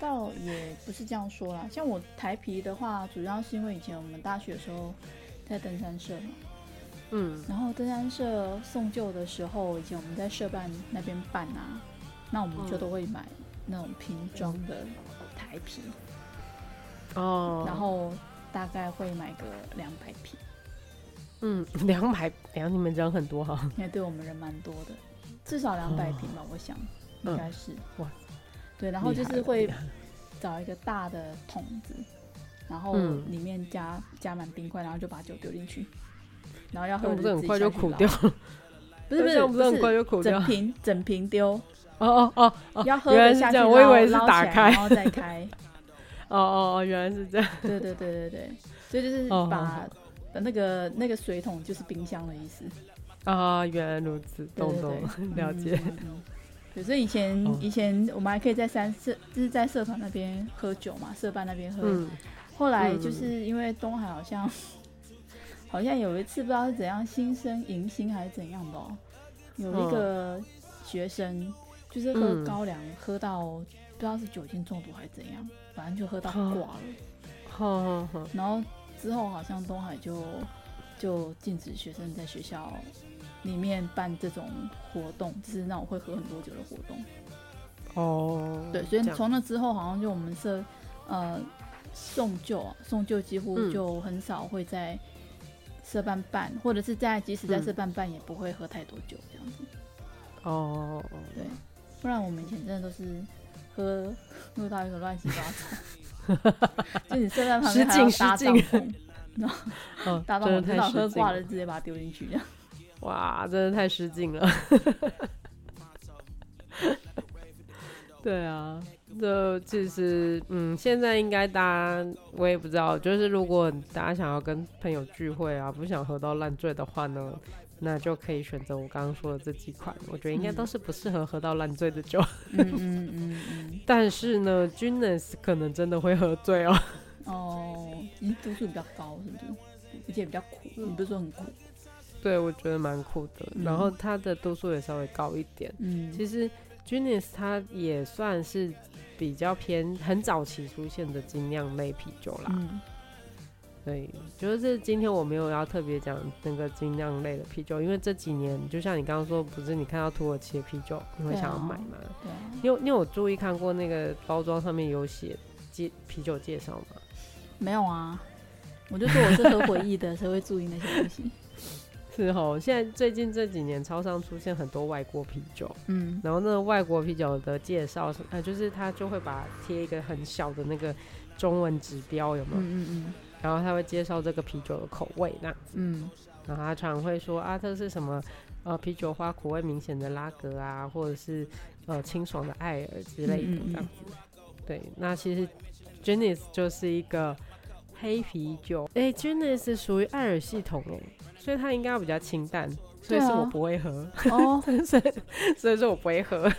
倒也不是这样说啦，像我台皮的话，主要是因为以前我们大学的时候在登山社嘛，
嗯
然后登山社送旧的时候，以前我们在社办那边办啊，那我们就
嗯
都会买那种瓶装的台啤，
哦，
然后大概会买个两百瓶，
嗯，两百两，你们人很多哈、
因为对我们人蛮多的，至少两百瓶吧，我想应该是。
嗯哇！
对，然后就
厉害
是
了
会
厉害了
找一个大的桶子，然后
嗯
里面加、加满冰块，然后就把酒丢进去，然后要
那
喝
不是
的
很
自己
快
下
就
去
苦
倒
掉？
不是不
这
是
样不是很快就苦掉
整？瓶整瓶丢，
哦哦哦哦
要喝
原来
的
是
下
这
去，
样我以为是
然后捞
打
起来
开
然后再 开。
哦哦哦，原来是这样。
对对对对对，所以就是
哦好
把
好
那个那个水桶就是冰箱的意思。
啊、原来如此，
对
懂
对
懂
对，
了解。
嗯。嗯嗯对，所以以前、
哦
以前我们还可以在三社，就是在社团那边喝酒嘛，社办那边喝。
嗯，
后来
嗯
就是因为东海好像好像有一次不知道是怎样新生迎新还是怎样的哦，有一个学生就是喝
嗯
高粱、喝到不知道是酒精中毒还是怎样，反正就喝到挂
哦
了。
好好好，
然后之后好像东海就就禁止学生在学校里面办这种活动，就是那种会喝很多酒的活动。
哦，
对，所以
这样
从那之后，好像就我们社呃送旧啊，送旧几乎
嗯
就很少会在社办办，或者是在即使在
嗯
社办办，也不会喝太多酒这样子。
哦，哦
对，不然我们以前真的都是喝喝到一个乱七八糟， 就你社办旁边还要
失
搭帐
敬失敬
篷，
哦
搭帐
真
篷
的
知
太
道
失
喝
敬
挂了
了，
直接把它丢进去这样。
哇，真的太失敬了。 对啊，这其实，嗯，现在应该大家我也不知道，就是如果大家想要跟朋友聚会啊，不想喝到烂醉的话呢，那就可以选择我刚刚说的这几款，我觉得应该
嗯
都是不适合喝到烂醉的酒。
嗯嗯嗯嗯，
但是呢 g i n n e s s 可能真的会喝醉哦。
哦，你度数比较高是不是？而且比较苦，
嗯
你不是说很苦？
对，我觉得蛮酷的。
嗯
然后它的度数也稍微高一点。
嗯，
其实 g i n n e s s 它也算是比较偏很早期出现的精酿类啤酒啦。
嗯
对，就是今天我没有要特别讲那个精酿类的啤酒，因为这几年就像你刚刚说，不是你看到土耳其的啤酒，你会
对啊
想要买吗？
对啊，
你有你有注意看过那个包装上面有写介啤酒介绍 吗？
没有啊，我就说我是喝回忆的，才会注意那些东西。
是哦，现在最近这几年超商出现很多外国啤酒，
嗯
然后那个外国啤酒的介绍是，呃，就是他就会把贴一个很小的那个中文指标，有没
嗯
有？
嗯
然后他会介绍这个啤酒的口味那样
嗯
子，
嗯
然后他常会说啊，这是什么？呃，啤酒花苦味明显的拉格啊，或者是呃清爽的艾尔之类
嗯
的
嗯嗯
这样子。对，那其实 g e n n e s 就是一个黑啤酒，哎、g e n n e s 属于艾尔系统哎、所以它应该要比较清淡，所
对
以
啊
是我不会喝。
哦
所以所以说我不会喝。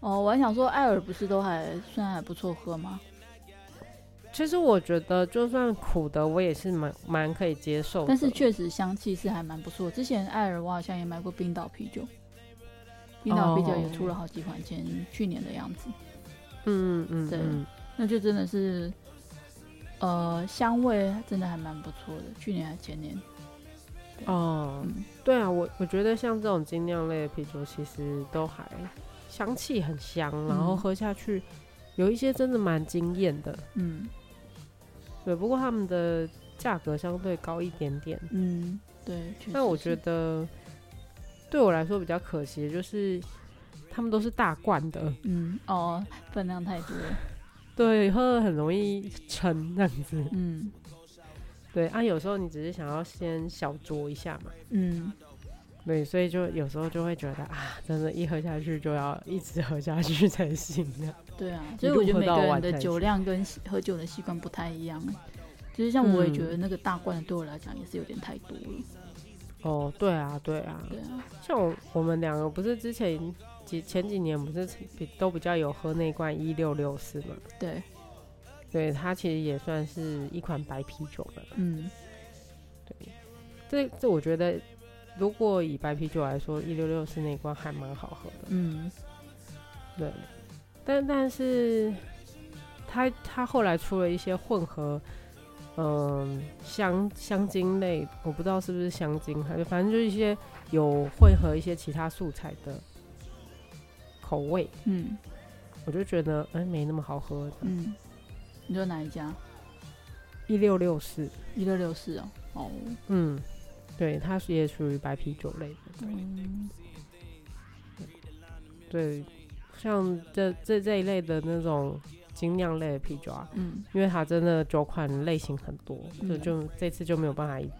哦，我还想说，艾尔不是都还算还不错喝吗？
其实我觉得，就算苦的，我也是蛮蛮可以接受的。
但是确实香气是还蛮不错。之前艾尔我好像也买过冰岛啤酒，冰岛啤酒也出了好几款，前去年的样子。
嗯嗯
对
嗯，
那就真的是，呃，香味真的还蛮不错的。去年还前年，
哦
嗯，
对啊，我我觉得像这种精酿类的啤酒，其实都还香气很香，然后喝下去、有一些真的蛮惊艳的。
嗯
对，不过他们的价格相对高一点点，
嗯，对。确实
但我
是
觉得对我来说比较可惜，的就是他们都是大罐的，
嗯哦，分量太多了，
对，喝了很容易撑这样子。
嗯
对啊，有时候你只是想要先小酌一下嘛，
嗯，
对，所以就有时候就会觉得啊，真的，一喝下去就要一直喝下去才行啊。
对啊，
一
所以
路
我觉得
喝
每
到
个人
晚
的
才
酒
行
量跟习喝酒的习惯不太一样。其实像我也觉
嗯
得那个大罐的对我来讲也是有点太多了，
哦，对啊，对啊，
对啊，
像我我们两个不是之前几前几年不是比都比较有喝那罐一六六四嘛，
对，
对，它其实也算是一款白啤酒嘛。
嗯
这这我觉得，如果以白啤酒来说，一六六四那罐还蛮好喝的。
嗯
对，但但是他他后来出了一些混合嗯香香精类，我不知道是不是香精，还是反正就是一些有混合一些其他素材的口味，
嗯
我就觉得哎、没那么好喝。
嗯，你说哪一家？
一六六四，
一六六四哦，哦，
嗯，对，它是也属于白啤酒类的，
嗯
对，像这这这一类的那种精酿类的啤酒啊，
嗯
因为它真的酒款类型很多，
嗯
所以就这次就没有办法一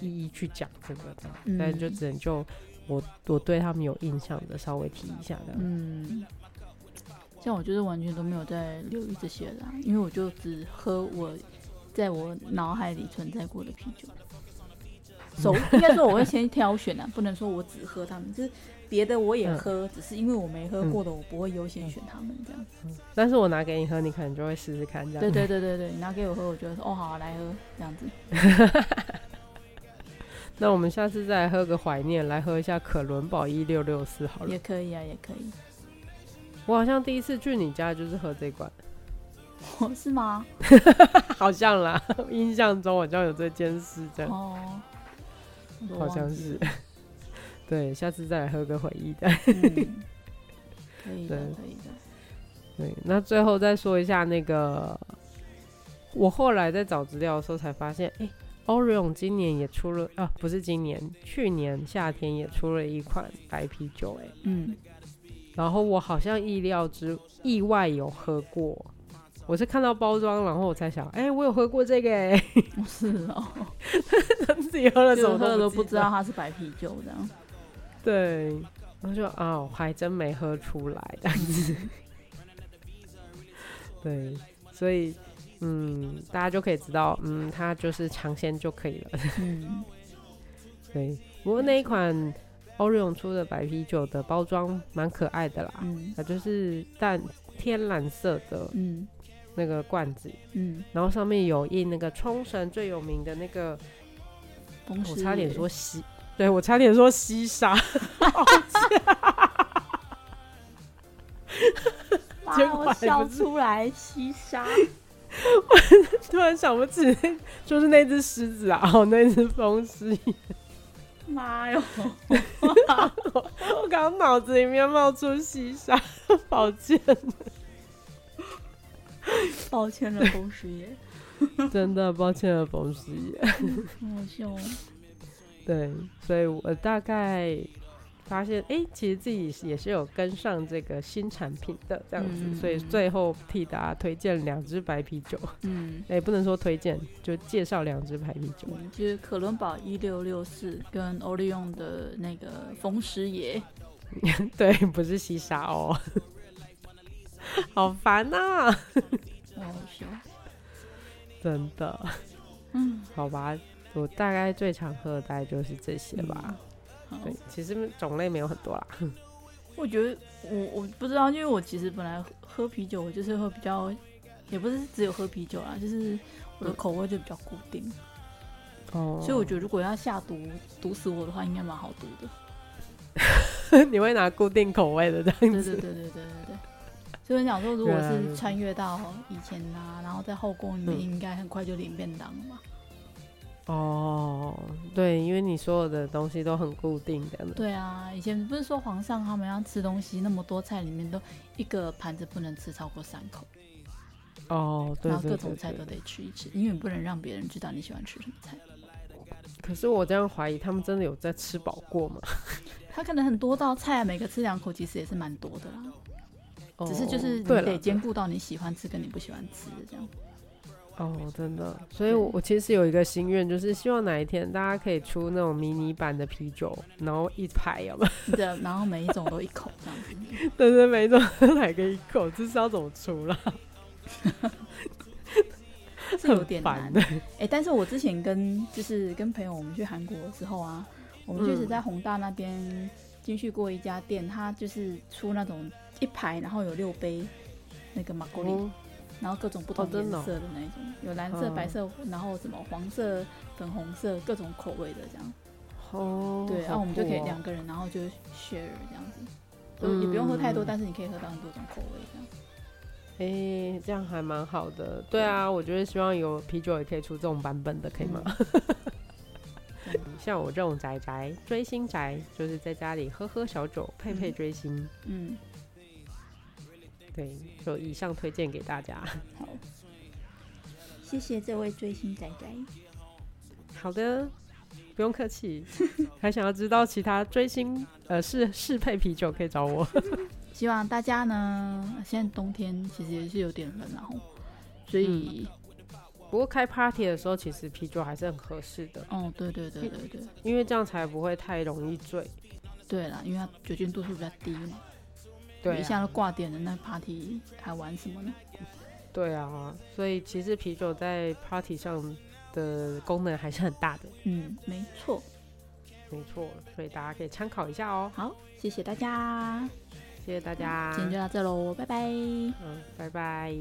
一一去讲这个这样，
嗯
但就只能就我我对他们有印象的稍微提一下这样。
嗯，像我就是完全都没有在留意这些啦、因为我就只喝我在我脑海里存在过的啤酒。首 应该说我会先挑选啊，不能说我只喝他们，就是别的我也
嗯
喝，只是因为我没喝过的，我不会优先选他们这样。
但是我拿给你喝，你可能就会试试看这
嗯
样。
对对对对对，你拿给我喝，我觉得说哦好、啊、来喝这样子。
那我们下次再来喝个怀念，来喝一下可伦堡一六六四好 了
也。可以啊，也可以。
我好像第一次去你家就是喝这罐，
哦，是吗？
好像啦， 印象中好像有这件事这样，
哦，我都
好
忘
像
记
是
了。。
对，下次再来喝个回忆的。
嗯可以的，
对
可以的。
对，那最后再说一下那个，我后来在找资料的时候才发现，哎、o r i o n 今年也出了啊，不是今年，去年夏天也出了一款白啤酒、诶，
嗯
然后我好像意料之意外有喝过，我是看到包装，然后我才想，哎、我有喝过这个、诶，
哦是哦，
自己喝了什
就
么
喝了都不
记
知
得
道，它是白啤酒这样。
对，然后就啊，我还真没喝出来这样子。对，所以嗯，大家就可以知道，嗯，它就是尝鲜就可以了。
嗯
对，不过那一款 Orion 出的白啤酒的包装蛮可爱的啦，
嗯
它就是淡天蓝色的
嗯
那个罐子，
嗯，
然后上面有印那个冲绳最有名的那个，
风
我
湿
差点
也
说西，对我差点说西沙，
妈
结果
我
还不
笑
是
出来，西沙。
突然想不起，就是那只狮子啊，哦，那只风狮。
妈 哟！
我刚刚脑子里面冒出西沙，抱歉，
抱歉了，风师爷，
真的抱歉了，冯师爷。
很好笑哦。
对，所以我大概发现，哎、其实自己也是有跟上这个新产品的这样子，
嗯
所以最后替大家推荐两支白啤酒，
嗯，
哎、不能说推荐，就介绍两支白啤酒。
嗯就是可伦堡一六六四跟欧利用的那个风师爷。
对，不是西沙哦， 好烦啊呐、
好好笑。
真的。
嗯，
好吧，我大概最常喝的大概就是这些吧。
嗯好
对，其实种类没有很多啦。
我觉得我我不知道，因为我其实本来喝喝啤酒，我就是会比较，也不是只有喝啤酒啦，就是我的口味就比较固定，
哦
所以我觉得如果要下毒毒死我的话，应该蛮好毒 的。
得 你会拿固定口味的这
对
样
对
子。
对对对对对。所以我想说，如果
原来如
是
此
穿越到以前啊，然后在后宫里面，
嗯
应该很快就领便当了嘛。
哦， 对，因为你所有的东西都很固定的。
对啊，以前不是说皇上他们要吃东西，那么多菜里面都一个盘子不能吃超过三口，
哦，对
然后
对对
各种菜
对
都得吃一吃，因为你不能让别人知道你喜欢吃什么菜。
可是我这样怀疑，他们真的有在吃饱过吗？
它可能很多道菜啊，每个吃两口其实也是蛮多的啦，
哦
只是就是你
对了
得兼顾到你喜欢吃跟你不喜欢吃的这样。
哦，真的，所以我我其实有一个心愿，就是希望哪一天大家可以出那种迷你版的啤酒，然后一排，要不 然
对，然后每一种都一口这样子。
但是每种喝来个一口，这是要怎么出啦？
是有点
很
难
烦的。
哎、但是我之前跟就是跟朋友我们去韩国的时候啊，我们确实
嗯
在宏大那边进去过一家店，它就是出那种一排，然后有六杯那个马格里，
哦
然后各种不同
哦
颜
真的哦
色的那一种，有蓝色、
嗯
白色，然后什么黄色、粉红色，各种口味的这样。
哦，
对，然
好
后我们就可以
酷哦
两个人，然后就 share 这样子，就也不用喝太多，
嗯
但是你可以喝到很多种口味这样。
诶、这样还蛮好
嗯
的。对啊，我觉得希望有啤酒也可以出这种版本的，可以吗？
嗯
像我这种宅宅追星宅，就是在家里喝喝小酒，配配追星。
嗯，
对，就以上推荐给大家。
好，谢谢这位追星仔仔。
好的，不用客 气。还想要知道其他追星呃是适配啤酒，可以 找我。
希望大家呢，现在冬天其实也是有点冷然后，所以，
不过开 party 的时候，其实啤酒还是很合适的，
哦，对对对对对
因为这样才不会太容易醉。
对啦，因为它酒精度数比较低嘛，
对
一
啊，
下都挂点了，那 party 还玩什么呢？
对啊，所以其实啤酒在 party 上的功能还是很大的，
嗯，没错。
没错，所以大家可以参考一下哦。
好，谢谢大家，
谢谢大家
嗯今，天就到这喽，拜拜。
嗯，拜拜。